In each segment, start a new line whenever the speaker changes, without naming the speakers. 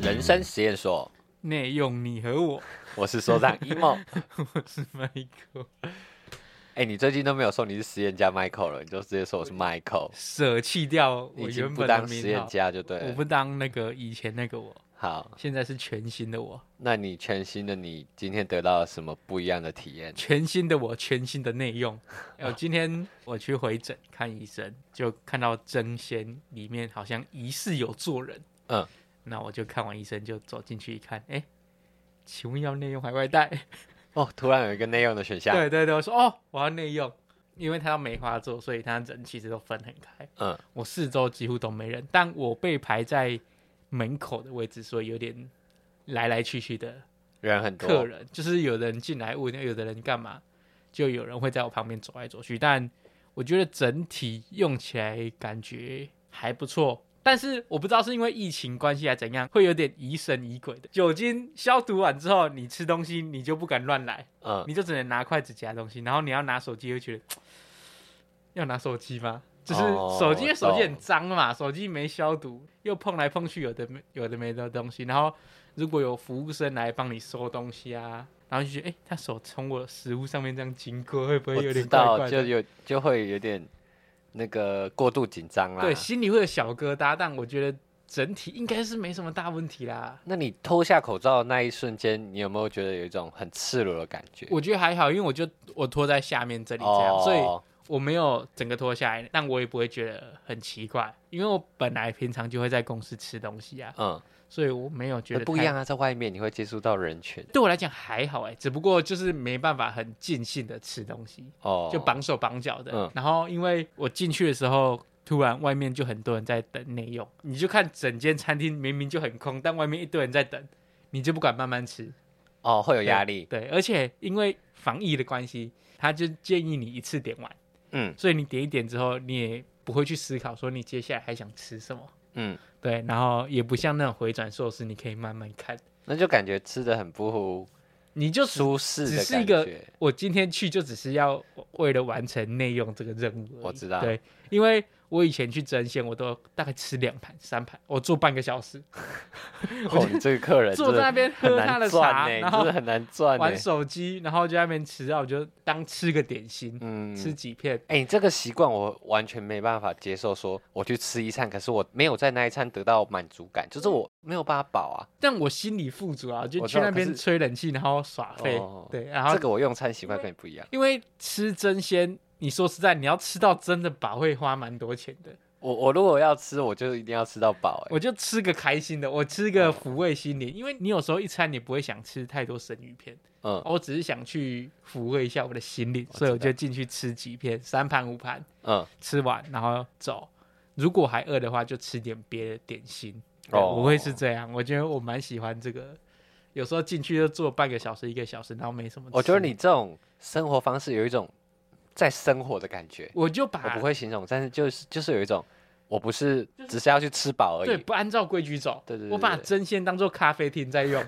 人生实验所，
内用你和我，
我是所长 emo。
我是 Michael，
哎、你最近都没有说你是实验家 Michael 了，你就直接说我是 Michael，
舍弃掉
你
我
已经
原
不
本的
当实
名
验
号，
家就对
我
了。
不当那个以前那个我，
好，
现在是全新的我，
那你全新的你今天得到了什么不一样的体验？
全新的我，全新的内 用。哎我今天我去回诊看医生，就看到针线里面好像疑似有做人，
嗯，
那我就看完医生就走进去一看，哎、请问要内用还外带？
哦，突然有一个内用的选项。
对对对，我说哦，我要内用，因为他要梅花座，所以他人其实都分很开。
嗯，
我四周几乎都没人，但我被排在门口的位置，所以有点来来去去的
人很
客
多。
人，就是有人进来问，有的人干嘛，就有人会在我旁边走来走去。但我觉得整体用起来感觉还不错，但是我不知道是因为疫情关系还啊怎样，会有点疑神疑鬼的。酒精消毒完之后，你吃东西你就不敢乱来，
嗯，
你就只能拿筷子夹东西，然后你要拿手机，会觉得要拿手机吗？就是
哦
手机，因为
我
手机很
懂
脏嘛，手机没消毒，又碰来碰去，有的没有的没的东西。然后如果有服务生来帮你收东西啊，然后就觉得，哎、他手从我的食物上面这样经过，会不会
我
有
知
点怪
道，
怪
就
的？
有就会有点那个过度紧张啦。
对，心里会有小疙瘩，但我觉得整体应该是没什么大问题啦。
那你脱下口罩的那一瞬间，你有没有觉得有一种很赤裸的感觉？
我觉得还好，因为我就我拖在下面这里这样，啊所以
哦
我没有整个脱下来，但我也不会觉得很奇怪，因为我本来平常就会在公司吃东西啊，
嗯，
所以我没有觉
那
得
不一
太。
样啊，在外面你会接触到人群
对我来讲还好哎、只不过就是没办法很尽兴的吃东西，
哦，
就绑手绑脚的。
嗯
然后因为我进去的时候，突然外面就很多人在等内用，你就看整间餐厅明明就很空，但外面一堆人在等，你就不敢慢慢吃。
哦，会有
对
压力。
对，而且因为防疫的关系，他就建议你一次点完，
嗯
所以你点一点之后，你也不会去思考说你接下来还想吃什么。
嗯，
对，然后也不像那种回转寿司，你可以慢慢看，
那就感觉吃的很不
你就只
舒适
只
的
是一
感
个
觉。
我今天去就只是要为了完成内用这个任务而已。
我知道
对，因为我以前去针线，我都大概吃两盘、三盘，我做半个小时，
哦，你这个客人真
坐在
的
那边
很
喝他
难
的
赚
茶，
呢，
然
你真
后
的很难欸赚呢
玩。手机，然后就在那边吃，然后我就当吃个点心，
嗯，
吃几片。
哎、你这个习惯我完全没办法接受。说我去吃一餐，可是我没有在那一餐得到满足感，就是我没有办法饱啊。
但我心里富足啊，就
我
去
知道
那
可
边
是
吹冷气，然后耍废。
哦
对，然后
这个我用餐习惯跟你不一样。
因为吃真鲜，你说实在，你要吃到真的饱会花蛮多钱的。
我我如果要吃，我就一定要吃到饱、哎，
我就吃个开心的，我吃
哦
个抚慰心灵，因为你有时候一餐你不会想吃太多生鱼片，
嗯
我只是想去抚慰一下我的心灵，
知道
所以我就进去吃几片，三盘五盘
嗯，
吃完然后走。如果还饿的话，就吃点别的点心。对
哦
我会是这样，我觉得我蛮喜欢这个。有时候进去就坐半个小时、一个小时，然后没什么吃。
我觉得你这种生活方式有一种在生活的感觉，
我就
我
把
不会形容，但是就是就是有一种，我不是只是要去吃饱而
对，
已。
不按照规矩走。
对对对
我把
对
针线当做咖啡厅在用，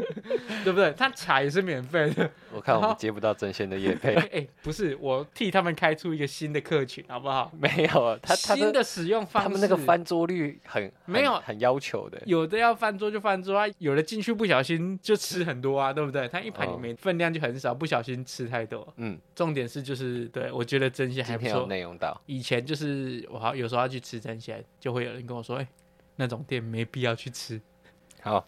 对不对？它茶也是免费 的。
我看我
然
们
后
接不到真仙的叶配
哎、，不是，我替他们开出一个新的客群，好不好？
没有啊他他
新
们
的使用方式，
他们那个翻桌率很
没有
很很要求的。
有的要翻桌就翻桌啊，有的进去不小心就吃很多啊，对不对？他一
哦
盘里面分量就很少，不小心吃太多。
嗯，
重点是就是，对我觉得真鲜还
今
不
天有
错。
内容到，
以前就是我好有时候要去吃真鲜，就会有人跟我说，哎、那种店没必要去吃。
好，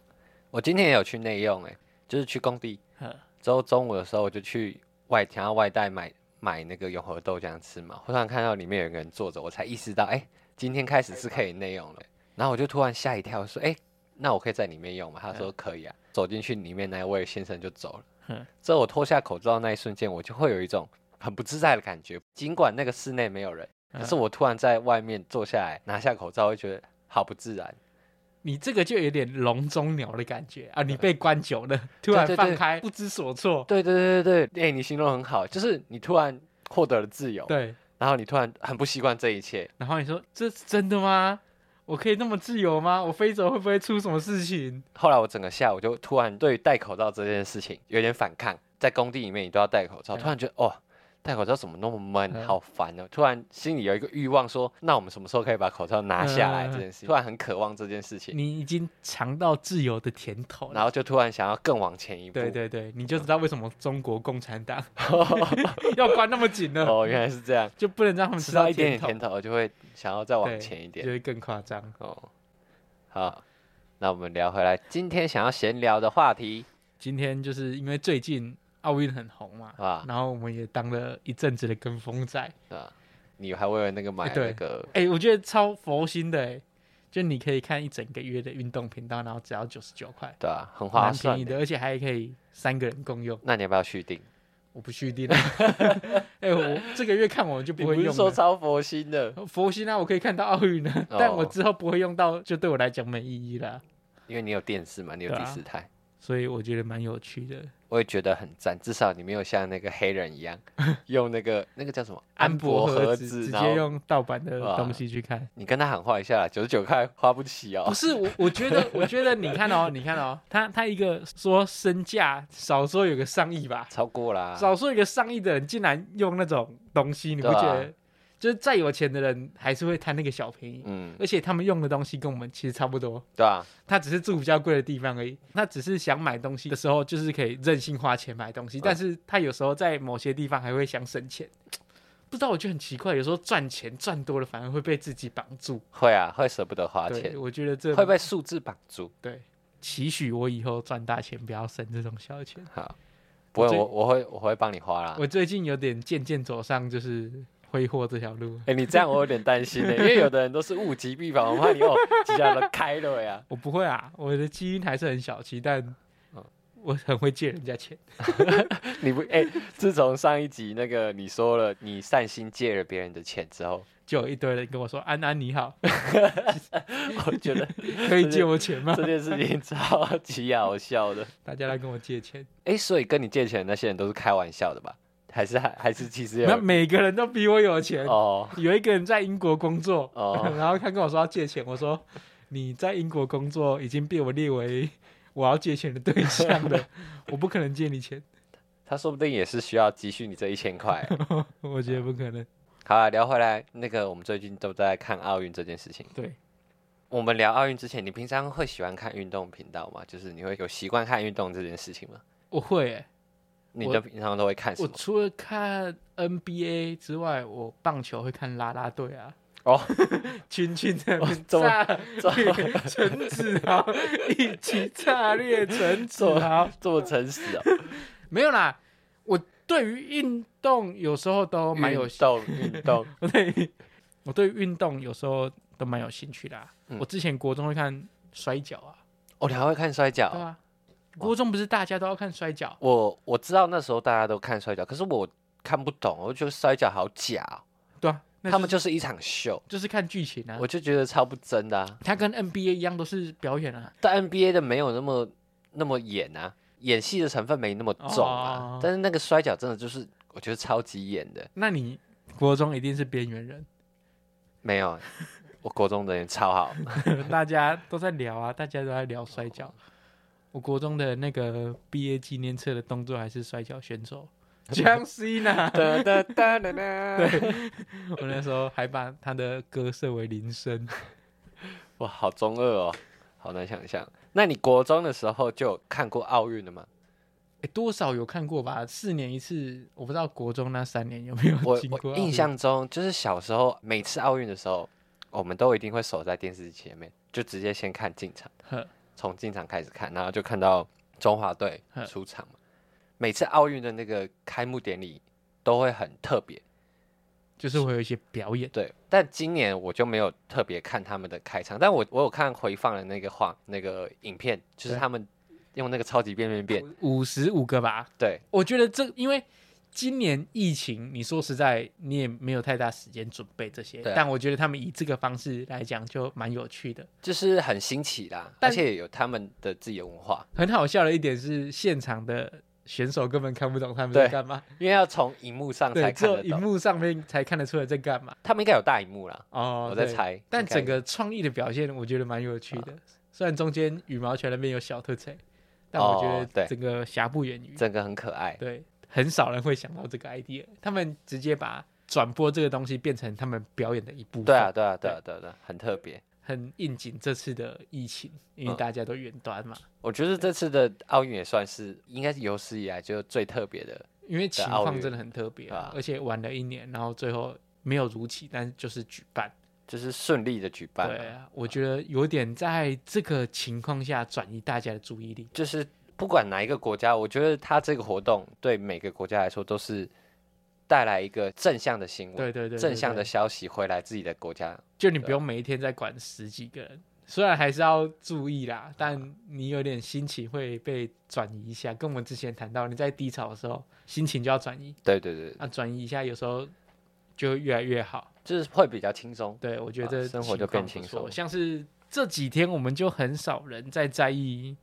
我今天也有去内用、欸，就是去工地
呵
之后中午的时候，我就去外想要外带买买那个永和豆浆吃嘛，忽然看到里面有一个人坐着，我才意识到，哎、今天开始是可以内用了。然后我就突然吓一跳，说，哎、那我可以在里面用吗？他说可以啊。走进去里面那位先生就走了
嗯。
之后我脱下口罩那一瞬间，我就会有一种很不自在的感觉，尽管那个室内没有人，可是
嗯
我突然在外面坐下来，拿下口罩，会觉得好不自然。
你这个就有点笼中鸟的感觉啊！你被关久了，突然
对对
放开，不知所措。
对对对对对，哎、你形容很好，就是你突然获得了自由，
对，
然后你突然很不习惯这一切，
然后你说这是真的吗？我可以那么自由吗？我飞走会不会出什么事情？
后来我整个下午就突然对戴口罩这件事情有点反抗，在工地里面你都要戴口罩，
嗯
突然觉得哦，戴口罩怎么那么闷，
嗯
好烦哦！突然心里有一个欲望说，那我们什么时候可以把口罩拿下来
嗯嗯嗯
这件事情？突然很渴望这件事情，
你已经尝到自由的甜头
然
了。
后就突然想要更往前一步。
对对对，你就知道为什么中国共产党 要关那么紧了，
哦，原来是这 样，
就不能让他们
吃
到
到一点点
头，
甜头就会想要再往
对
前一点
就。会更夸张。
哦，好，那我们聊回来，今天想要闲聊的话题
今天就是因为最近奥运很红嘛，
啊，
然后我们也当了一阵子的跟风仔。
啊，你还为了那个买
对
那个
哎、我觉得超佛心的哎，就你可以看一整个月的运动频道，然后只要九十九块，
对啊，很划
蛮便
算
宜
的。
的，而且还可以三个人共用。
那你要不要续订？
我不续订了， 哎、我这个月看完我就
你
不
不
会
是
用
说
了。
超佛心的，
佛心啊，我可以看到奥运啊，但我
哦
之后不会用到，就对我来讲没意义啦。
因为你有电视嘛，你有
对
第
啊
四台，
所以我觉得蛮有趣的。
我也觉得很赞。至少你没有像那个黑人一 样用那个那个叫什么
博
盒
子
子，
直
然
接
后
用盗版的
哇
东西去看，
你跟他喊话一下，九十九块花不起哦
不。是我，我觉得，我觉得你看哦，你看哦，他他一个说身价少说有个上亿吧，
超过啦，
少数一个上亿的人竟然用那种东西，你不
对啊
觉得？就是再有钱的人还是会贪那个小便宜，
嗯，
而且他们用的东西跟我们其实差不多，
对啊，
他只是住比较贵的地方而已。他只是想买东西的时候，就是可以任性花钱买东西，
嗯
但是他有时候在某些地方还会想省钱。不知道，我觉得很奇怪，有时候赚钱赚多了反而会被自己绑住。
会啊，会舍不得花
对，
钱，
我觉得这
会被数字绑住。
对。期许我以后赚大钱，不要省这种小钱。
好，不会，
最
我我会我会帮你花啦。
我最近有点渐渐走上就是挥霍这条路。
哎、你这样我有点担心呢、因为有的人都是物极必反，我怕你哦，几下都开了呀。
我不会啊，我的基因还是很小气，但
嗯
我很会借人家钱。
你不哎、自从上一集那个你说了你善心借了别人的钱之后，
就有一堆人跟我说：“安安你好，
我觉得
可以借我钱吗
这件事情超级好笑的。？”
大家来跟我借钱，
哎、所以跟你借钱的那些人都是开玩笑的吧？还是还还是其实
那
有
每个人都比我有钱。
啊哦
有一个人在英国工作，
哦
然后他跟我说要借钱，我说：“你在英国工作已经被我列为我要借钱的对象 了，我不可能借你钱，
他说不定也是需要积蓄你这一千块。
我觉得不可能。
好啊，聊回来，那个我们最近都在看奥运这件事情。”
对，
我们聊奥运之前，你平常会喜欢看运动频道吗？就是你会有习惯看运动这件事情吗？
我会、欸，
你
我
的平常都会看什
我
么？
除了看 NBA 之外，我棒球会看啦啦队啊。
哦，
群群的
怎 么
炸 橙子豪一起炸裂橙子豪，
这么诚实哦，
没有啦。我对于运动有时候都蛮有
运，动 运动，
我对于我对于运动有时候都蛮有兴趣的啊、
嗯
我之前国中会看摔跤啊，
哦，你还会看摔跤
对
哦？
啊，国中不是大家都要看摔跤？
我我知道那时候大家都看摔跤，可是我看不懂，我觉得摔跤好假哦、
对啊，那
他们
就
就是一场秀，
就是看剧情啊
我。就觉得超不真的啊。
他跟 NBA 一样都是表演啊，
但 NBA 的没有那么那么演啊，演戏的成分没那么重啊。
哦
但是那个摔跤真的就是，我觉得超级演的。
那你国中一定是边缘人，
没有，啊我国中的人超好，
大家都在聊啊，大家都在聊摔跤。我国中的那个毕业纪念册的动作还是摔跤选 手江西呢，
哒哒哒 哒哒。
我那时候还把他的歌设为铃声。
哇，好中二哦，好难想象。那你国中的时候就有看过奥运了吗？
诶欸多少有看过吧？四年一次，我不知道国中那三年有没有
我
经过啊
我
奥运
印象中就是小时候每次奥运的时候，我们都一定会守在电视机前面，就直接先看进场，
呵
从进场开始看，然后就看到中华队
嗯
出场嘛。每次奥运的那个开幕典礼都会很特别，
就是会有一些表演。
对。但今年我就没有特别看他们的开场，但我我有看回放的那个画那个影片，就是
对
他们用那个超级变变变，
五十五个吧，
对，
我觉得这因为今年疫情，你说实在你也没有太大时间准备这些，
对啊
但我觉得他们以这个方式来讲就蛮有趣的。
就是很新奇啦，
但
而且有他们的自己的文化，
很好笑的一点是，现场的选手根本看不懂他们在
对
干嘛，
因为要从荧幕上才
对，只
看
有
得
荧
懂。
幕上面才看得出来在干嘛。
他们应该有大荧幕啦，
哦，
我在
对。
猜。
但
应该啊
整个创意的表现，我觉得蛮有趣的。虽然中间羽毛球那边有小特锤，但我觉
哦对
得整个瑕不掩瑜。
整个很可爱。
对，很少人会想到这个 idea，他们直接把转播这个东西变成他们表演的一部分。
对啊，，对啊，对啊，对啊，对啊很特别。
很应景这次的疫情，因为
嗯
大家都远端嘛，
我觉得这次的奥运也算是应该是有史以来就最特别的，
因为情
奥
况
运
真的很特别、
对啊
而且玩了一年，然后最后没有如期，但是就是举办。
就是顺利的举办
对
了。
啊，我觉得有点在这个情况下转移大家的注意力。
就是不管哪一个国家，我觉得它这个活动对每个国家来说都是带来一个正向的新闻，
对对对对
正向的
对
消息回来自己的国家。
就你不用每一天在管十几个人，虽然还是要注意
啊
啦，但你有点心情会被转移一下。跟我们之前谈到，你在低潮的时候，心情就要转移，
对对对，
那、转移一下，有时候就会越来越好。
就是会比较轻松。
对，我觉
啊
得、
生活就变轻松
像是这几天我们就很少人在在意，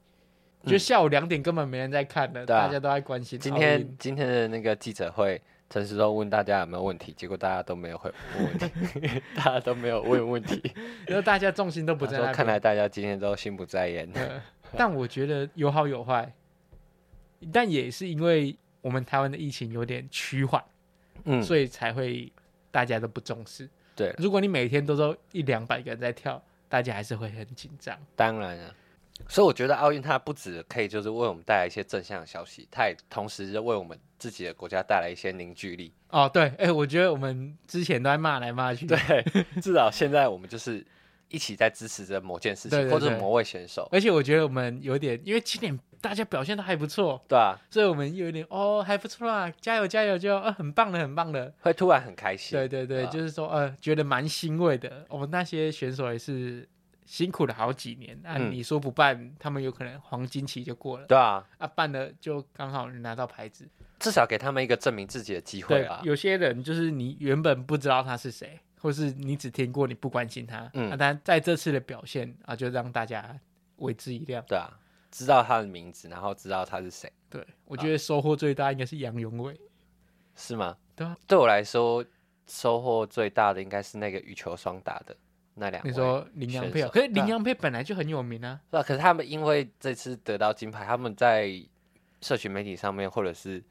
嗯
就下午两点根本没人在看了，
对啊
大家都在关心奥运。
今天今天的那个记者会，陈时中问大家有没有问题，结果大家都没有回问问题， 大家都没有问问题。
然后大家重心都不
我
在
说
那
看
边。
来大家今天都心不在焉。
呃但我觉得有好有坏，但也是因为我们台湾的疫情有点趋缓，
嗯，
所以才会大家都不重视。
对，
如果你每天都都一两百个人在跳，大家还是会很紧张。
当然啊，所以我觉得奥运它不止可以就是为我们带来一些正向的消息，它也同时就为我们自己的国家带来一些凝聚力。
哦，对，哎、我觉得我们之前都在骂来骂去，
对，至少现在我们就是一起在支持着某件事情，
对对
或者
对
某位选手，
而且我觉得我们有点，因为今年大家表现的还不错，
对啊，
所以我们有点哦还不错啦，加油加油就，呃很棒的很棒的。
会突然很开心。
对对对，
啊
就是说呃觉得蛮欣慰的，我、们那些选手也是辛苦了好几年，那、
嗯
你说不办，他们有可能黄金期就过了，
对啊，
啊办了就刚好拿到牌子。
至少给他们一个证明自己的机会
对
啊，。
有些人就是你原本不知道他是谁，或是你只听过你不关心他，
嗯
啊，但在这次的表现啊，就让大家为之一亮。
对啊，知道他的名字，然后知道他是谁，
对我
啊
觉得收获最大应该是杨永伟。
是吗？
对啊，
对我来说，收获最大的应该是那个羽球双打的那两位。
你说羚羊
选
配，
手
可是
对
羚
啊
羊配本来就很有名啊，
对啊，可是他们因为这次得到金牌，他们在社群媒体上面或者是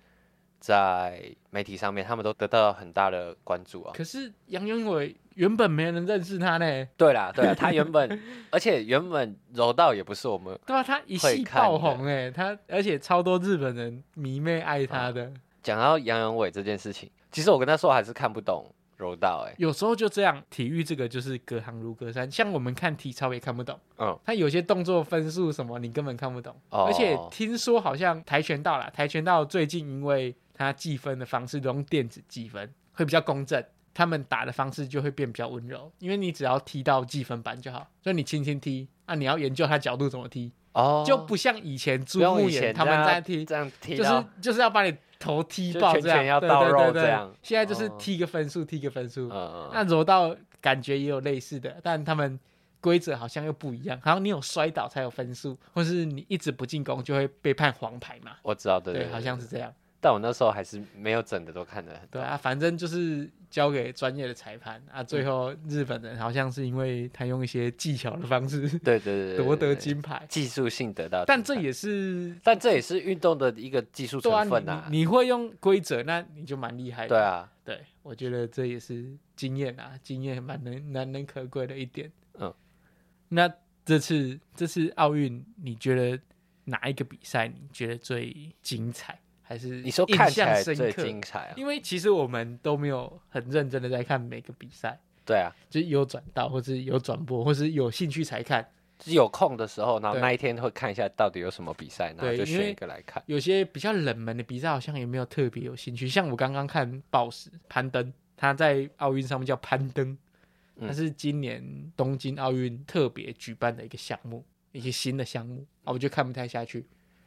在媒体上面，他们都得到很大的关注啊。
可是杨永伟原本没人认识他呢，
对啦，对 啦，他原本，而且原本柔道也不是我们
对啊，他一
会
系
看
爆
的
红哎，他而且超多日本人迷妹爱他的，
讲到杨永伟这件事情，其实我跟他说我还是看不懂柔道、欸，哎，
有时候就这样，体育这个就是隔行如隔山，像我们看体操也看不懂，
嗯，
他有些动作分数什么你根本看不懂，
哦
而且听说好像跆拳道啦，跆拳道最近因为它计分的方式都用电子计分，会比较公正。他们打的方式就会变比较温柔，因为你只要踢到计分板就好，所以你轻轻踢啊，你要研究他角度怎么踢，
哦，
就不像以前朱
不用
木
以
炎
前
他们在踢，
这样踢
就
到，嗯
是就是要把你头踢
就
爆
拳
这样，
拳要
对
到
对
肉
对
这
对
样
现在就是
哦
踢个分数，踢个分数，
嗯嗯
那
嗯，
柔道感觉也有类似的，但他们规则好像又不一样，好像你有摔倒才有分数，或是你一直不进攻就会被判黄牌嘛。
我知道，对
好像是这样。
但我那时候还是没有整的都看得很
对啊，反正就是交给专业的裁判啊。
嗯
最后日本人好像是因为他用一些技巧的方式
对对对对，
夺得
对对啊
金牌，
技术性得到金牌，
但这也是
但这也是运动的一个技术
对啊，
成
你
分啊，
你你会用规则，那你就蛮厉害的。
对啊，
对，我觉得这也是经验啊，经验蛮能难能可贵的一点。
嗯，
那这次这次奥运，你觉得哪一个比赛你觉得最精彩？还是
你说
印
看起
象
来
深
最
刻？
精彩啊？
因为其实我们都没有很认真的在看每个比赛，
对啊，
就是有转到，或是有转播，或是有兴趣才看。
就是有空的时候，然后
对
那一天会看一下到底有什么比赛，然后
对
就
因为
选一个来看。
有些比较冷门的比赛好像也没有特别有兴趣。像我刚刚看暴食攀登，它在奥运上面叫攀登，
嗯
它是今年东京奥运特别举办的一个项目，一些新的项目啊，我就看不太下去，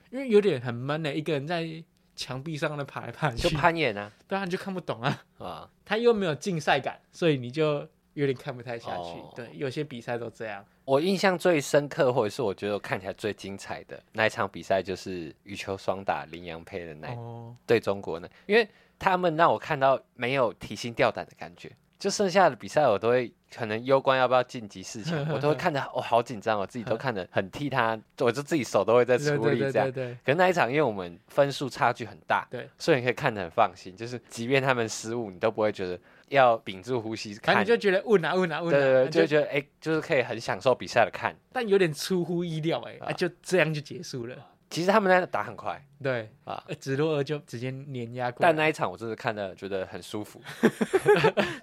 因为有点很闷欸的、一个人在墙壁上的爬来爬
就
去，
攀岩啊，
对啊，你就看不懂啊，
啊，
它又没有竞赛感，所以你就有点看不太下去。
哦
对，有些比赛都这样。
我印象最深刻，或者是我觉得我看起来最精彩的那一场比赛，就是羽球双打林洋配的那一
哦，
对中国呢，因为他们让我看到没有提心吊胆的感觉，就剩下的比赛我都会可能攸关要不要晋级四强，我都会看 着我、哦、好紧张哦，自己都看得很替他，我就自己手都会在
对
出
对
力
对
这样
对。对
可是那一场，因为我们分数差距很大，
对，
所以你可以看得很放心，就是即便他们失误，你都不会觉得要屏住呼吸
反正
看，
你就觉得问啊问啊
对
问啊，
对对，
啊
就会觉得哎、就是可以很享受比赛的看。
但有点出乎意料哎、啊，就这样就结束了。
其实他们那打很快
对
啊，
呃直落二就直接碾压过来，
但 那一场我真的看的觉得很舒服。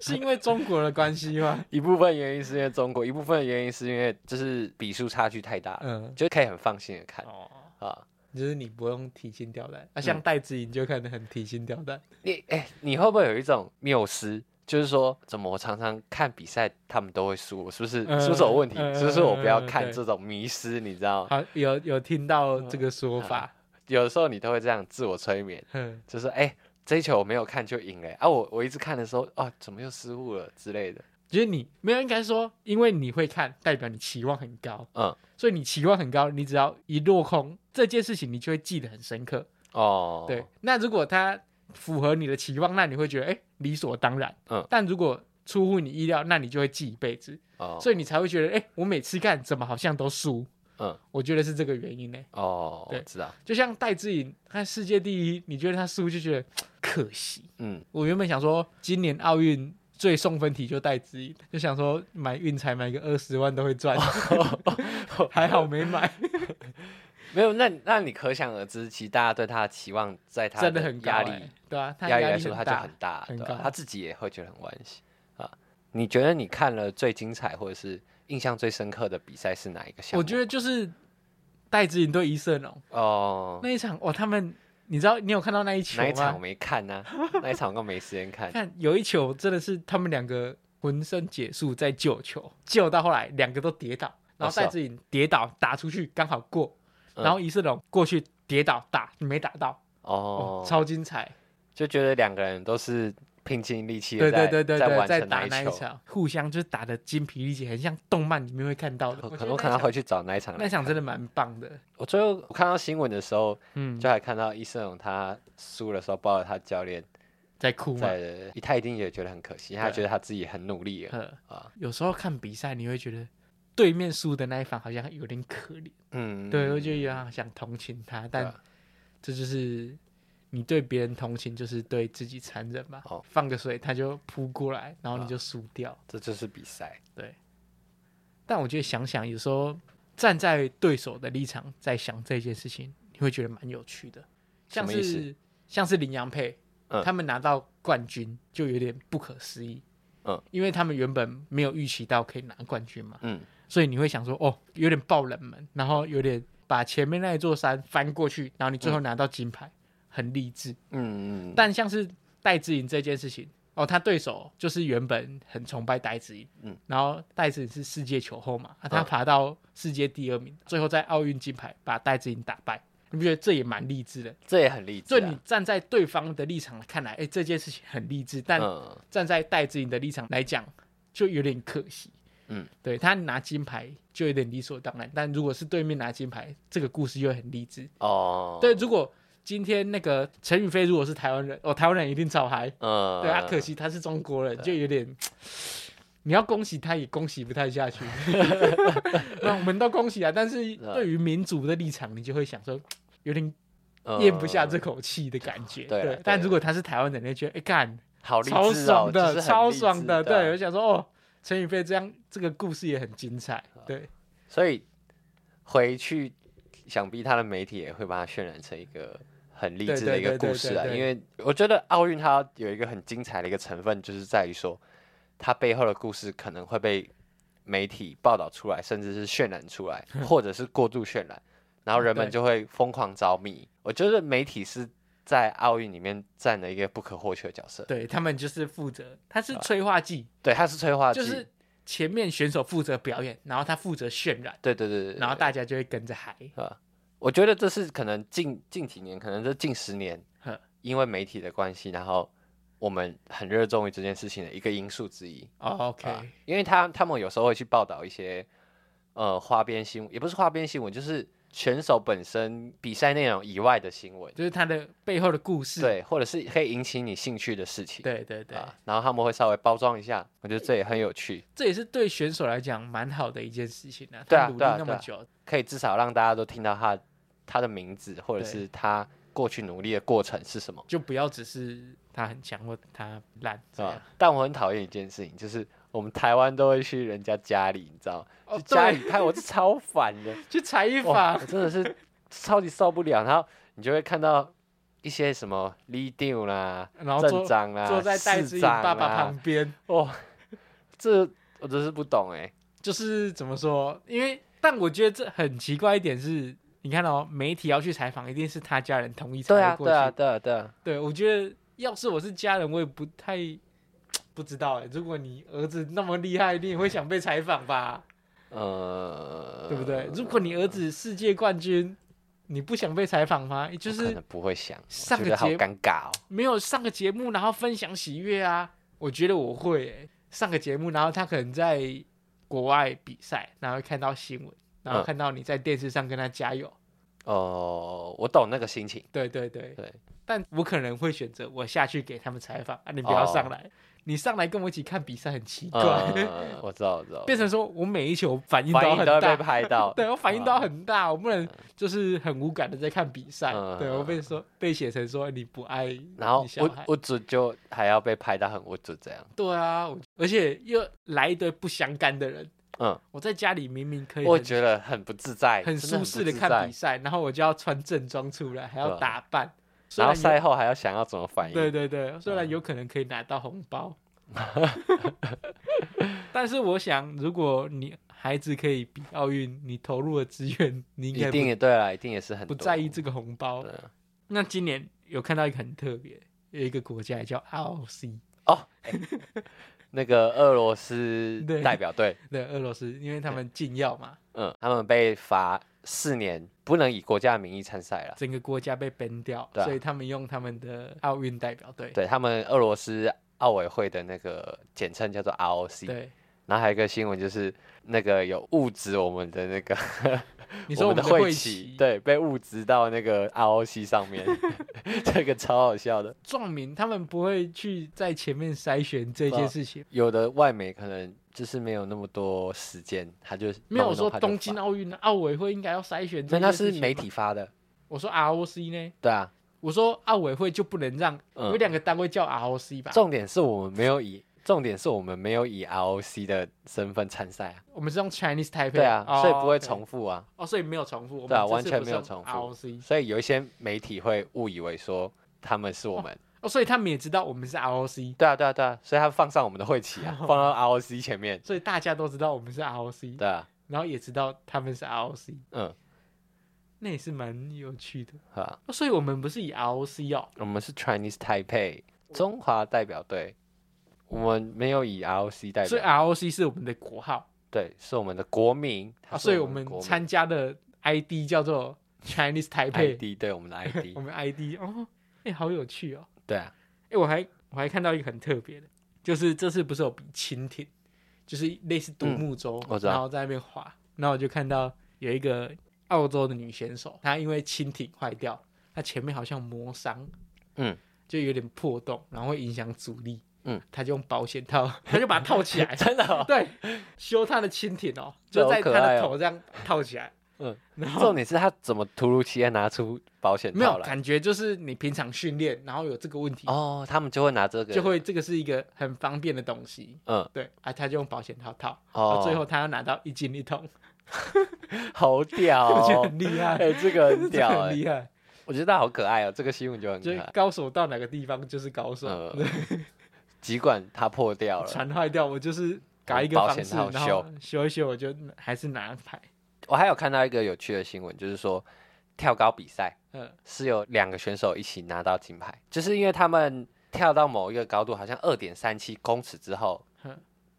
是因为中国的关系吗？
一部分原因是因为中国，一部分原因是因为就是比数差距太大了，
嗯，
就可以很放心的看
哦，
啊。
就是你不用提心吊胆，啊，像戴志颖就看得很提心吊胆。
你哎、你会不会有一种谬思？就是说，怎么我常常看比赛，他们都会输，我是不是？
嗯
是不是有问题？
嗯
是不是我不要
嗯嗯
看
对
这种迷失？你知道吗，
好，有有听到这个说法，
有的时候你都会这样自我催眠，
嗯，
就是哎、这一球我没有看就赢了、啊，我我一直看的时候，哦，怎么又失误了之类的。
就是你没有应该说，因为你会看，代表你期望很高，
嗯，
所以你期望很高，你只要一落空，这件事情你就会记得很深刻。
哦，
对，，那如果它符合你的期望，那你会觉得哎、诶理所当然，
嗯
但如果出乎你意料，那你就会记一辈子，
哦，
所以你才会觉得哎、诶我每次看怎么好像都输，
嗯，
我觉得是这个原因呢、
哦，我
对
知道，
就像戴志颖，他世界第一，你觉得他输就觉得可惜。
嗯，
我原本想说，今年奥运最送分题就戴资颖，就想说买运彩买个二十万都 会赚，还好没买，
没有，那那你可想而知，其实大家对他的期望，在他
真的很高、
压
欸，
力
对啊，他
压力来
力
说，他
很
就
大，
很大，
很
对吧
高
他自己也会觉得很惋惜啊。你觉得你看了最精彩或者是印象最深刻的比赛是哪一个项目？
我觉得就是戴资颖对一胜龙
哦，
那一场，哇，他们你知道你有看到那一球
那一场我
吗？
没看 呢、那一场我更没时间看。
看有一球真的是他们两个浑身解数在救球，救到后来两个都跌倒，然后
是哦
戴资颖跌倒打出去刚好过，
嗯
然后一胜龙过去跌倒打没打到，哦
哦，
超精彩。
就觉得两个人都是拼尽力气
对
的
对
在
对对
在
对，
完
在
成
打那
一
一
球。
场，互相就是打的精疲力竭，很像动漫里面会看到的。
可
我
可
觉
能
得
我可能回去找那一场
那
来
一场
看。
真的蛮棒的，
我最后我看到新闻的时候，
嗯，
就还看到伊森勇他输的时候抱着他教练
在哭嘛。
在，他一定也觉得很可惜，他觉得他自己很努力了
呃，
啊。
有时候看比赛你会觉得对面输的那一方好像有点可怜，
嗯，
对，我就有点想同情他，但
啊
这就是你对别人同情，就是对自己残忍嘛。
哦
放个水他就扑过来，然后你
啊
就输掉。
这就是比赛。
但我觉得想想，有时候站在对手的立场在想这件事情，你会觉得蛮有趣的。像
什么意
是像是羚羊配，
嗯
他们拿到冠军就有点不可思议，
嗯，
因为他们原本没有预期到可以拿冠军嘛，
嗯，
所以你会想说，哦，有点爆冷门，然后有点把前面那一座山翻过去，然后你最后拿到金牌，很励志。
嗯嗯，
但像是戴志颖这件事情，哦，他对手就是原本很崇拜戴志颖，
嗯，
然后戴志颖是世界球后嘛，啊、他爬到世界第二名，最后在奥运金牌把戴志颖打败，你不觉得这也蛮励志的？
这也很励志
所
啊。
以你站在对方的立场看来，哎，这件事情很励志，但
嗯
站在戴志颖的立场来讲，就有点可惜。
嗯，
对他拿金牌就有点理所当然，但如果是对面拿金牌，这个故事又很励志。
哦，
对，，如果今天那个陈宇飞如果是台湾人，哦，台湾人一定超嗨。
嗯，
对啊，可惜他是中国人，就有点，你要恭喜他也恭喜不太 下去。那我们都恭喜啊，但是对于民族的立场，你就会想说，有点
嗯
咽不下这口气的感觉。
对啊对啊
但如果他是台湾人，你会觉得哎干，
好励志
超
哦
爽
就是
的，
很
超
励志
爽的。对，我
对，啊
想说哦，陈宇飞这样这个故事也很精彩。
啊
对，
所以回去想必他的媒体也会把它渲染成一个。很励
对
志
对
的一个
对对
故事啊，
对对
因为我觉得奥运它有一个很精彩的一个成分，就是在于说它背后的故事可能会被媒体报道出来，甚至是渲染出 来，或者是过度渲染，然后人们
对
就会疯狂着迷。我觉得媒体是在奥运里面占了一个不可或缺的角色，
对他们就是负责，他是催化剂，
对，它啊是催化剂，
就是前面选手负责表演，然后他负责渲染，
对对对对对，
然后大家就会跟着嗨。
啊，我觉得这是可能近近几年，可能这近十年
呵，
因为媒体的关系，然后我们很热衷于这件事情的一个因素之一。
哦 OK，、
啊因为他他们有时候会去报道一些呃花边新闻，也不是花边新闻，就是选手本身比赛内容以外的新闻，
就是它的背后的故事。
对，或者是可以引起你兴趣的事情。
对对对，
啊，然后他们会稍微包装一下，我觉得这也很有趣，
这也是对选手来讲蛮好的一件事情啊。
对啊
他努力
对啊
那
对
么
啊
久，
可以至少让大家都听到他他的名字，或者
对
是他过去努力的过程是什么，
就不要只是他很强或他烂
是
这样
吧。？ 但我很讨厌一件事情，就是我们台湾都会去人家家里，你知道吗？
哦
去家
对
里看，我是超烦 的。
去裁衣
哇，
房
我，真的是超级受不了。然后你就会看到一些什么 leading 啦、
然后
镇
坐
长啦、
坐在戴志
市
颖
长啊
爸爸
啦
旁边，
哇，这我真是不懂哎、
就是怎么说？因为但我觉得这很奇怪一点是，你看哦，媒体要去采访，一定是他家人同意才
对啊，
会过去。
对啊，对啊，对啊，
对我觉得要是我是家人，我也不太不知道哎。如果你儿子那么厉害，你也会想被采访吧？
呃，
对不对？如果你儿子世界冠军，你不想被采访吗？就
我可
是
能不会想，我
上
觉
个
得好
节
尴尬哦。
没有上个节目，然后分享喜悦啊。我觉得我会欸上个节目，然后他可能在国外比赛，然后看到新闻，然后
嗯
看到你在电视上跟他加油。
哦，我懂那个心情，
对对对
对。
但我可能会选择我下去给他们采访啊，你不要
哦
上来，你上来跟我一起看比赛很奇怪，
呃，我知道，我知道，
变成说我每一球反应
反
要
应
很
都会被
大，
拍到，
对我反应都要很大，我不能就是很无感的在看比赛，
嗯
对我被说被写成说你不爱你
然后
小
我
孩，
我只就还要被拍到很我只这样，
对啊，我而且又来一堆不相干的人，
嗯，
我在家里明明可以
我
很
觉得很不自在，
很
真的
舒
不
适的
自
看
在
比赛，然后我就要穿正装出来，还
对
要
啊
打扮，虽
然后
有
赛后还要想要怎么反应。
对对对，虽
嗯
然有可能可以拿到红 包，但是我想，如果你孩子可以比奥运，你投入的资源，你应
一
该
定
不
也对啦，一定也是很
不
多
在意这个红包
对。啊
那今年有看到一个很特别，有一个国家也叫 ROC，
哦。哎那个俄罗斯
对
代表队，
对，俄罗斯，因为他们禁药嘛，
嗯，他们被罚四年，不能以国家的名义参赛了。
整个国家被 ban 掉，
对啊
所以他们用他们的奥运代表队。
对他们，俄罗斯奥委会的那个简称叫做 ROC。
对，
然后还有一个新闻就是，那个有误植我们的那个
你说
我
我
们的
的会
旗
旗，
对，被误植到那个 ROC 上 面，这个超好笑的。
壮民他们不会去在前面筛选这件事情。
有的外媒可能就是没有那么多时间，他就
没有说东京
奥，
奥运奥委会应该要筛选
那
这
那
件
是
事情吗
媒。体发的，
我说 ROC 呢？
对啊。
我说奥委会就不能让、
嗯
有两个单位叫 ROC 吧？
重点是我们没有以，重点是我们没有以 ROC 的身份参赛啊，
我们是用 Chinese Taipei，
对啊，
哦
所以不会
OK
重复啊，
哦，所以没有重复，我
对啊
们这次
完全
不是
没有
用
重复
ROC
所以有一些媒体会误以为说他们是我们，
哦，所以他们也知道我们是 ROC，
对啊，对啊，对啊，所以他放上我们的会旗 啊，放到 ROC 前面，
所以大家都知道我们是 ROC，
对啊，
然后也知道他们是 ROC，
嗯，
那也是蛮有趣的。
好啊，
哦所以我们不是以 ROC 哦，
我们是 Chinese Taipei 中华代表队，我们没有以 ROC 代
所以
表，
ROC 是我啊们的国号
对，是我们的国民，它
啊，
是
所以我
们
们
国民
参加的 ID 叫做 Chinese Taipei，
ID 对我们的 ID，
我们 ID 哦，哎、好有趣哦！
对啊，
哎、我还我还看到一个很特别的，就是这次不是有比蜻蜓，就是类似独木舟、
嗯我知道
然后在那边划，然后我就看到有一个澳洲的女选手，她因为蜻蜓坏掉，她前面好像磨伤，
嗯，
就有点破洞，然后会影响阻力，
嗯，，
她就用保险套，她就把它套起来
真的、哦，
对，修她的蜻蜓哦，
这
就
好
在她
可爱
的
哦
头这样套起来，
嗯，
然后
重点是他怎么突如其来拿出保险
没
套
有
来？
感觉，就是你平常训练，然后有这个问题，
哦，他们就会拿这个，
就会这个是一个很方便的东西。
嗯，
对啊，他就用保险套套，
哦
啊最后他要拿到一斤一桶，
好屌、
我觉得
哦，
很厉害，
哎、这个很
这个
屌、
很
哎，
厉害，
我觉得他好可爱哦，这个新闻就很
就
可
是
爱。
高手到哪个地方就是高手，
呃，尽管它破掉了，
船坏掉我就是搞一个
保
方
险
式，
套
然后修一修，我就还是拿牌。
我还有看到一个有趣的新闻，就是说跳高比赛
嗯，
是有两个选手一起拿到金牌，就是因为他们跳到某一个高度，好像二点三七公尺之后
哼，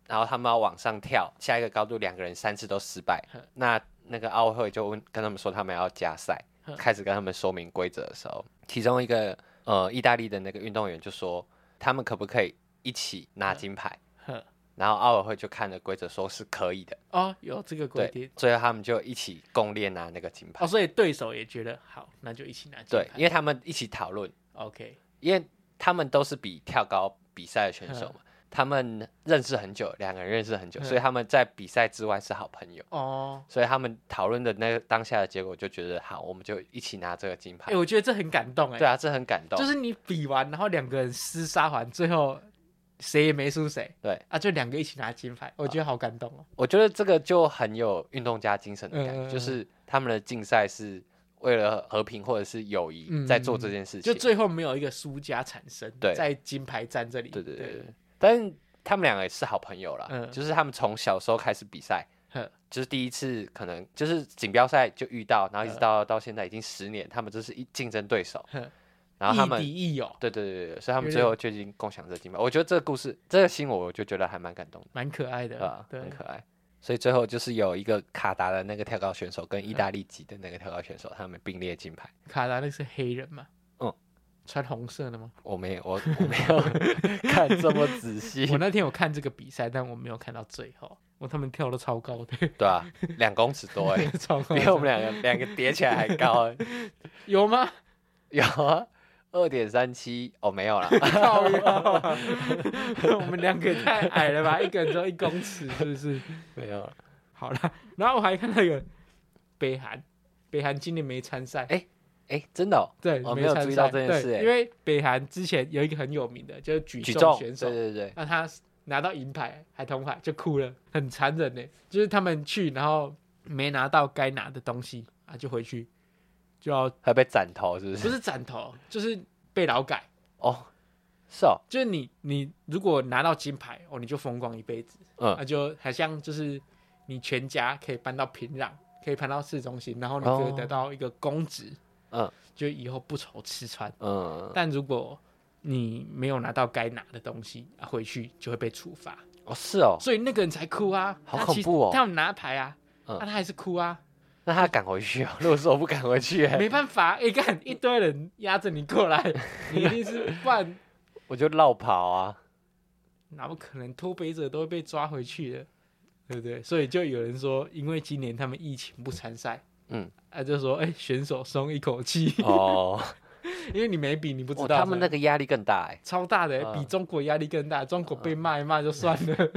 然后他们要往上跳下一个高度，两个人三次都失败
哼。
那那个奥运会就问跟他们说他们要加赛
哼，
开始跟他们说明规则的时候，其中一个
嗯
呃意大利的那个运动员就说，他们可不可以一起拿金牌？
呵，
然后奥委会就看了规则说是可以的，
哦，有这个规
对
定，
最后他们就一起共练拿那个金牌
哦，，所以对手也觉得好，那就一起拿金
对，因
牌。
为他们一起讨论，
OK，
因为他们都是比跳高比赛的选手 嘛，他们认识很久，两个人认识很久，
嗯
所以他们在比赛之外是好朋友，
哦，
所以他们讨论的那个当下的结果就觉得好，我们就一起拿这个金牌
哎、。我觉得这很感动哎、
对啊，这很感动。
就是你比完，然后两个人厮杀完，最后谁也没输谁，
对
啊，就两个一起拿金牌，我觉得好感动哦。
我觉得这个就很有运动家精神的感觉，
嗯嗯嗯
就是他们的竞赛是为了和平或者是友谊在做这件事情。
嗯就最后没有一个输家产生，
对
在金牌战这里，
对对对对，但是他们两个也是好朋友啦，
嗯
就是他们从小时候开始比赛
呵。
就是第一次可能就是锦标赛就遇到，然后一直
嗯
到、到现在已经十年，他们就是一竞争对手
呵，
然后他们
亦敌亦友，
对对对对，所以他们
有
最
点
后就已经共享这金牌。我觉得这个故事这个新闻我就觉得还蛮感动的。
蛮可爱的
啊，
对
很，可爱。所以最后就是有一个卡达的那个跳高选手跟意大利籍的那个跳高选手，他们并列金牌。
卡达那是黑人嘛，
嗯，
穿红 色的吗？
我没有，我我没 有看这么仔细
我，那天有看这个比赛，但我没有看到最后，我他们跳的超高的，
对啊，两公尺多哎，
超高
比我们两个两个叠起来还高欸。
有吗？
有啊，二点三七哦，没 有啦，
靠腰 我们两个也太矮了吧，一 个人只有一公尺，是不是？
没有了。
好啦，然后我还看到一个北韩，北韩今年没参赛，
哎，真的哦，
对，
我没有
参赛，
注意到这件事
对
哎
因为北韩之前有一个很有名的，就是举
举
重
重，
选
对
手，
对对，
那他拿到银牌还铜牌就哭了，很残忍呢。就是他们去，然后没拿到该拿的东西啊，就回去就要
还被斩头是不
不
是？
是斩头，就是被劳改。
哦，是哦，
就是你你如果拿到金牌哦，你就风光一辈子，
嗯
那、就好像就是你全家可以搬到平壤，可以搬到市中心，然后你
哦
可以得到一个公职，
嗯，
就以后不愁吃穿。
嗯，
但如果你没有拿到该拿的东西，啊、回去就会被处罚，
哦是哦，
所以那个人才哭啊，
好
他其实
恐怖哦
他有拿牌啊，
嗯
啊他还是 哭啊，
那他敢回去哦？如果说我不敢回去欸，
没办法，一干一堆人压着你过来， 你一定是不然
我就绕跑 啊。
哪不可能脱北者都会被抓回去的，对不对？所以就有人说，因为今年他们疫情不参赛，
嗯，
啊就说哎、选手松一口气，
哦，
因为你没比你不知
哦
道、
他们那
对不对
个压力更大哎，
超大的、
嗯
比中国压力更大，中国被骂一骂就算了，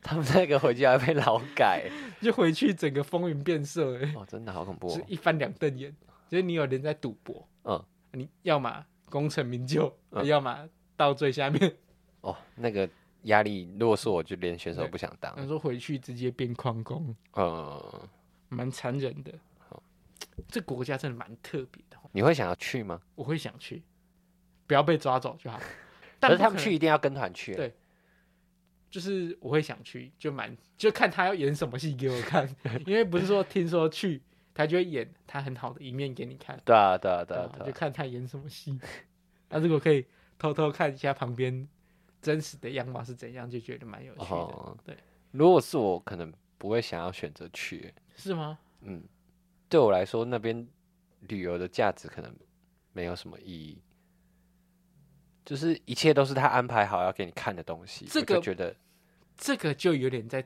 他们那个回家被劳 改，
就回去整个风云变色、哎，
哦，真的好恐怖
就是
哦。
一翻两瞪眼，就是你有人在赌博，
嗯，
你要么功成名就，呃
嗯
要么到最下面，
哦，那个压力，如果是我就连选手不想当。
他说回去直接变矿工。
嗯，
蛮残忍的。这国家真的蛮特别的哦，
你会想要去吗？
我会想去，不要被抓走就好。但
可是
不
他们
能
去，一定要跟团去。
对就是我会想去，就蛮就看他要演什么戏给我 看，因为不是说听说去他就会演他很好的一面给你看，
对啊，对啊，对啊，
啊
对
就
啊。
看他演什么戏。 那如果可以偷偷看一下旁边真实的样貌是怎样，就觉得蛮有趣的，
哦
对，
如果是我，可能不会想要选择去。
是吗？
嗯，对我来说，那边旅游的价值可能没有什么意义，就是一切都是他安排好要给你看的东西。
这
我就
个
觉得
这个就有点在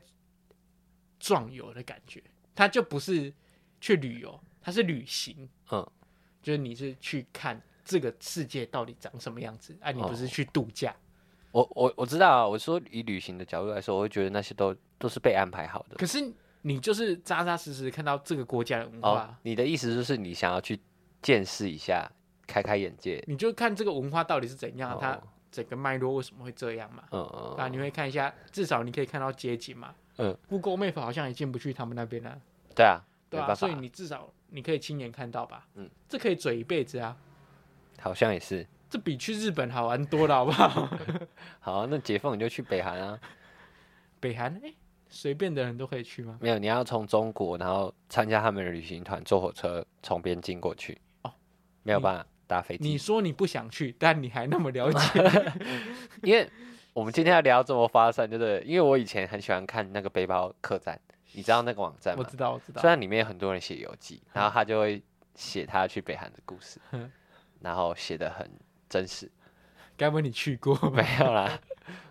壮游的感觉，它就不是去旅游，它是旅行。
嗯，
就是你是去看这个世界到底长什么样子，啊，你
哦
不是去度假。
我我我知道啊，我说以旅行的角度来说，我会觉得那些都都是被安排好的。
可是你就是扎扎实实看到这个国家的文化，
哦，你的意思就是你想要去见识一下，开开眼界。
你就看这个文化到底是怎样，
哦
它整个脉络为什么会这样嘛？
嗯
啊，
嗯，
你会看一下，至少你可以看到街景嘛。
嗯
，Google Map 好像也进不去他们那边啊。
对啊，没
对
办
啊，
法
所以，你至少你可以亲眼看到吧。
嗯，
这可以嘴一辈子啊。
好像也是。
这比去日本好玩多了，好不好？
好啊，那解放你就去北韩啊。
北韩哎，随便的人都可以去吗？
没有，你要从中国，然后参加他们的旅行团，坐火车从边境过去。
哦，
没有
你
办法搭飞
你
机，
说你不想去，但你还那么了 解，
因为我们今天要聊这么发散，就是因为我以前很喜欢看那个背包客栈，你知道那个网站
我
吗？
知道，我知道
虽。然里面有很多人写游记，然后他就会写他去北韩的故 事
嗯，
然后写的很真实。
该不会你去过吧？
没有啦，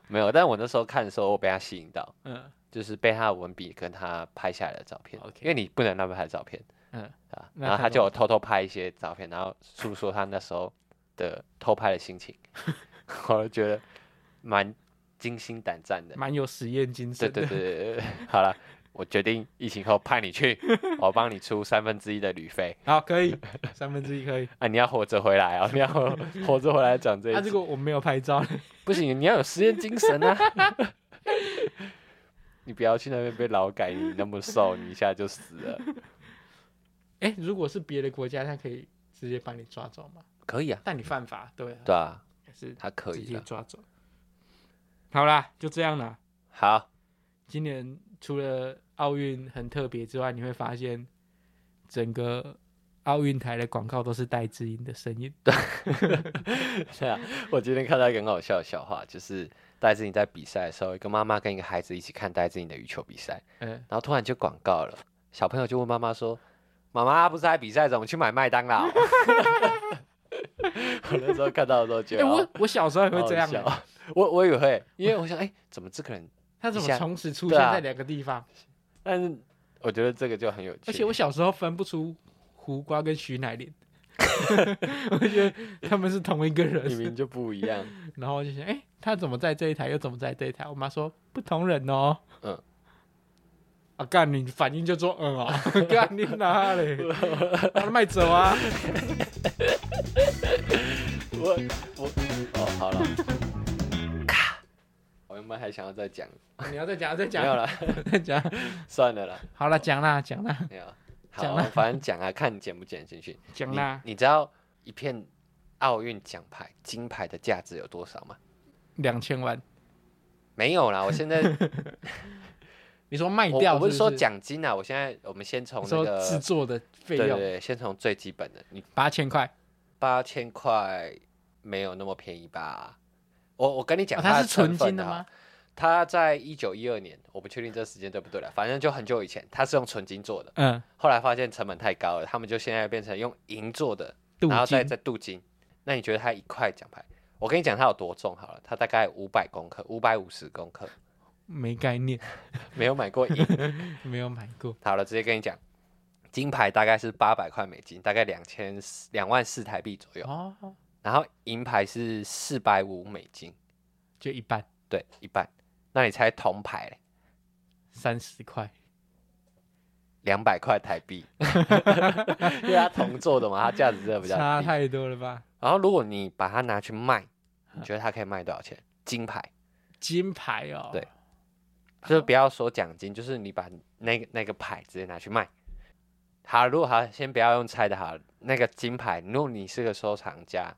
没有，但我那时候看的时候，我被他吸引到，
嗯
就是被他的文笔跟他拍下来的照片
OK
因为你不能乱拍照片
嗯，
啊。
那
然后他
他怎
就
么
有偷偷拍一些照片，然后诉说他那时候的偷拍的心 情，我就觉得蛮惊心胆战的。
蛮有实验精
对
神的。
对对对，对好了，我决定疫情后派你 去，我帮你出三分之一的旅费
好，可以，三分之一可以。
啊！你要活着回来哦，你要活活着回来讲这一
那、
集。
啊、这个我没有拍照，
不行，你要有实验精神啊！ 你不要去那边被劳改，你那么瘦，你一下就死了。
哎、如果是别的国家，他可以直接把你抓走嘛？
可以啊，
但你犯法，对啊，
对啊，
还是
他可
直
以
接
的。
抓走。好啦，就这样啦。
好，
今年除了奥运很特别之外，你会发现整个奥运台的广告都是戴志颖的声音。
对啊，我今天看到一个很好笑的笑话，就是戴志颖在比赛的时候，一个妈妈跟一个孩子一起看戴志颖的羽球比赛，
嗯，
然后突然就广告了，小朋友就问妈妈说：“妈妈不是在比赛，怎么去买麦当劳？” 我那时候看到的时候觉
哎、
得，
我我小时候也会
啊好
这样、
笑
欸，
我我也会，因为我想，哎、怎么这个人
他怎么
一下
同时出
对
现
啊
在两个地方？
但 是我觉得这个就很有趣，
而且我小时候分不出胡瓜跟徐乃麟， 我觉得他们是同一个
明
人。
明就不一样。
然后我就想，哎、他怎么在这一台，又怎么在这一台？我妈说不同人哦。
嗯。
啊干！你反应就做嗯哦， 干你哪嘞？ 把他卖走啊！
我我哦，好了，咔，我原本还想要再讲，
你要再讲，再
没
讲，
有了，
再讲。
算了啦，
好了，讲啦，讲啦，
没有。
讲
好
啦，
反正讲啊，看你剪不剪进去。
讲
你
啦。
你知道一片奥运奖牌金牌的价值有多少吗？
两千万，
没有 啦，我现在
你说卖
我
掉
我不
是
是说奖金啊，我现在我们先从那
说
个
制作的费
对对
用
对，先从最基本的，你
八千块，
八千块没有那么便宜吧？我我跟你讲
啊，它
它
是纯
成分
金的
啊
吗？？
它在一九一二年，我不确定这时间对不对了，反正就很久以前，它是用纯金做的，
嗯，
后来发现成本太高了，他们就现在变成用银做的，
镀
然后再
金
再镀金。那你觉得它一块奖牌，我跟你讲它有多重好了，它大概五百公克，五百五十公克，
没概念，
没有买过银。
没有买过。
好了，直接跟你讲，金牌大概是八百块美金，大概两千两万四台币左右，
哦，
然后银牌是四百五美金，
就一半，
对，一半。那你猜铜牌嘞？
三十块。
两百块台币， 因为它铜做的嘛，它价值真的比较
差
低。
太多了吧？
然后如果你把它拿去卖，你觉得它可以卖多少钱？金牌，
金牌哦，
对，就是不要说奖金，就是你把那个那个牌直接拿去卖。好，如果好，先不要用猜的好了，那个金牌，如果你是个收藏家，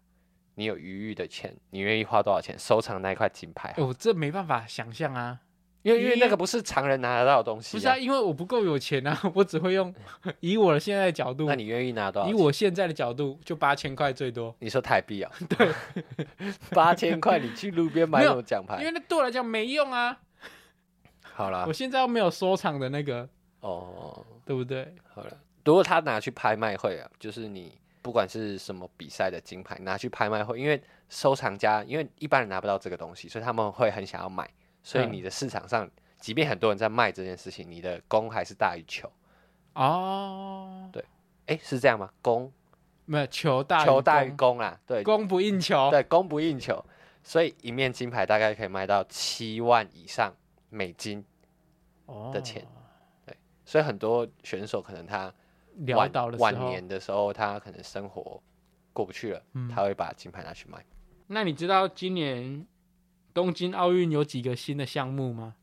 你有余裕的钱，你愿意花多少钱收藏那一块金牌？
哎我这没办法想象啊，
因为因为那个不是常人拿得到的东西、
不是啊，，因为我不够有钱啊， 我只会用以我现在的角度
那，你愿意拿多少
以
钱？
我现在的角度，就八千块最多，
你说台币 啊、对，八千块你去路边买
没
什
有
么奖
因
牌？
为那对我来讲没用啊，
好啦
我，现在又没有收藏的那个，
哦，
对不对？
好了，如果他拿去拍卖会啊，就是你不管是什么比赛的金牌拿去拍卖会，因为收藏家因为一般人拿不到这个东西，所以他们会很想要买，所以
嗯
你的市场上，即便很多人在卖这件事情，你的供还是大于求。
哦，
哎，是这样吗？供
没有球大
求大于
供
供啦，对
供不应求，
对，供不应求，所以一面金牌大概可以卖到七万以上美金，
哦
的钱所以很多选手可能他
潦
晚
倒的时
晚
候，
年的时候，他可能生活过不去了，
嗯
他会把金牌拿去卖。
那你知道今年东京奥运有几个新的项目吗？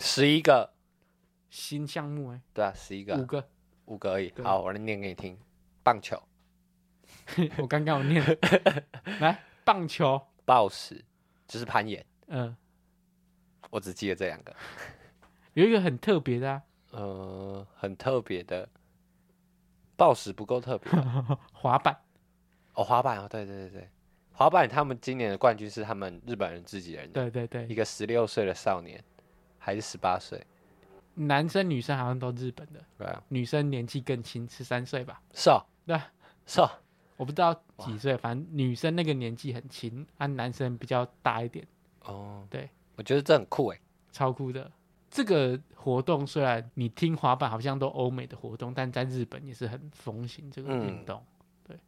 十一个，
新项目哎、
对啊，十一个
五
啊，
个，
五个而已。
对
好，我来念给你听：棒球、
我刚刚有 念了，来棒球，
暴食，就是攀岩。
嗯、
我只记得这两个。
有一个很特别的、啊，
呃，很特别的，暴食不够 特别吧
滑板，
哦。滑板哦，对对对对，滑板他们今年的冠军是他们日本人自己人的，
对对对
一，个十六岁的少年，还是十八岁，
男生女生好像都日本的，
对啊，
女生年纪更轻，十三岁吧？
是哦，
对啊，
是哦，
我不知道几岁，反正女生那个年纪很轻，啊，男生比较大一点，
哦，
对，
我觉得这很酷哎，
超酷的。这个活动虽然你听滑板好像都欧美的活动，但在日本也是很风行这个运
嗯
动。对，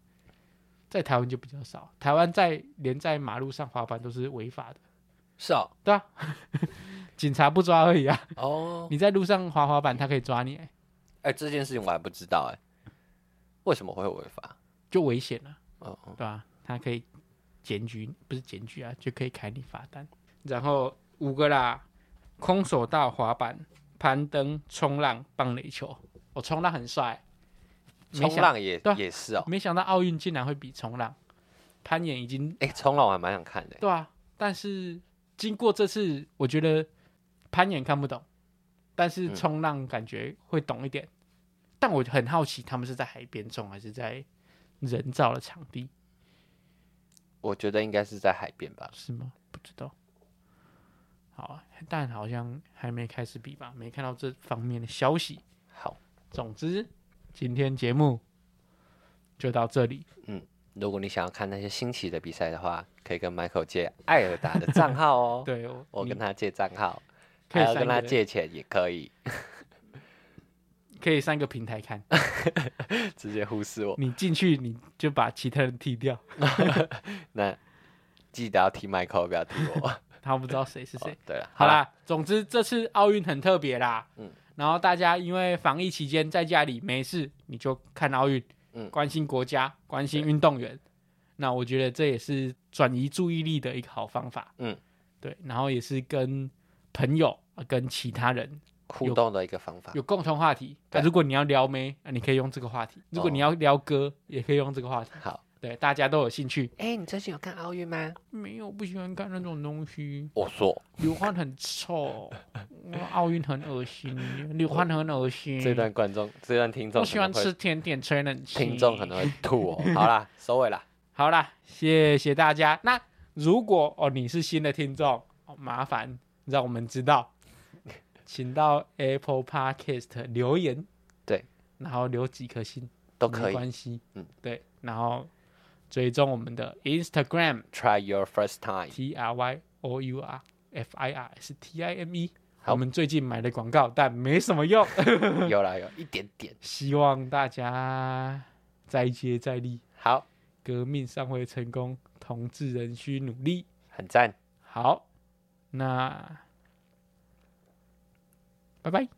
在台湾就比较少，台湾在连在马路上滑板都是违法的，
是哦，
对啊，警察不抓而已啊。
哦，
你在路上滑滑板，他可以抓你、欸，
哎，这件事情我还不知道哎，为什么会违法？
就危险啊了、
哦，哦
对吧、他可以检举，不是检举啊，就可以开你罚单。然后五个啦，空手道、滑板、攀登、冲浪、棒垒球。我、冲浪很帅，没想
冲浪也
对啊
也是哦，
没想到奥运竟然会比冲浪、攀岩已经
哎，冲浪我还蛮想看的，
对啊，但是经过这次，我觉得攀岩看不懂，但是
嗯
冲浪感觉会懂一点。但我很好奇，他们是在海边冲还是在人造的场地？
我觉得应该是在海边吧，
是吗？不知道。好啊，但好像还没开始比吧，没看到这方面的消息。
好。
总之，今天节目就到这里。
如果你想要看那些新奇的比赛的话，可以跟 Michael 借艾尔达的账号哦。
对，我
我
你
跟他借账号，还
可以
要
三
跟他
个，
借钱也可以，
可以三个平台看。
直接忽视我。
你进去，你就把其他人踢掉，
那记得要踢 Michael，不要踢我。
他不知道谁 是谁
哦。对了，
好
啦，
啦，总之这次奥运很特别啦。
嗯
然后大家因为防疫期间在家里没事，你就看奥运，
嗯
关心国家，关心
对
运动员。那我觉得这也是转移注意力的一个好方法。
嗯，
对，然后也是跟朋友、啊跟其他人
互动的一个方法
有共同话题。
啊对哦
啊如果你要聊妹，啊你可以用这个话题；如果你要聊歌，也可以用这个话题。
好。
对，大家都有兴趣。
哎、你最近有看奥运吗？
没有不喜欢看那种东西。
我说
流汗很臭，奥运很恶心，流汗很恶心。
这段观众，这段听众
嗯我
可
喜欢
能
吃
会，
甜点，吹冷气。
听众可能会吐哦。好啦，收 尾啦。
好啦，谢谢大家。那如果哦你是新的听众，哦、麻烦让我们知道，请到 Apple Podcast 留言，
对，
然后留几颗星
都
没
可以
关系，
嗯，
对，然后追踪我们的 Instagram
，Try your first time。
T R Y O U R F I R S T I M E。
好
我们最近买了广告，但没什么用。
有啦，有一点点。
希望大家再接再厉，
好，
革命尚未成功，同志仍需努力。
很赞。
好，那拜拜。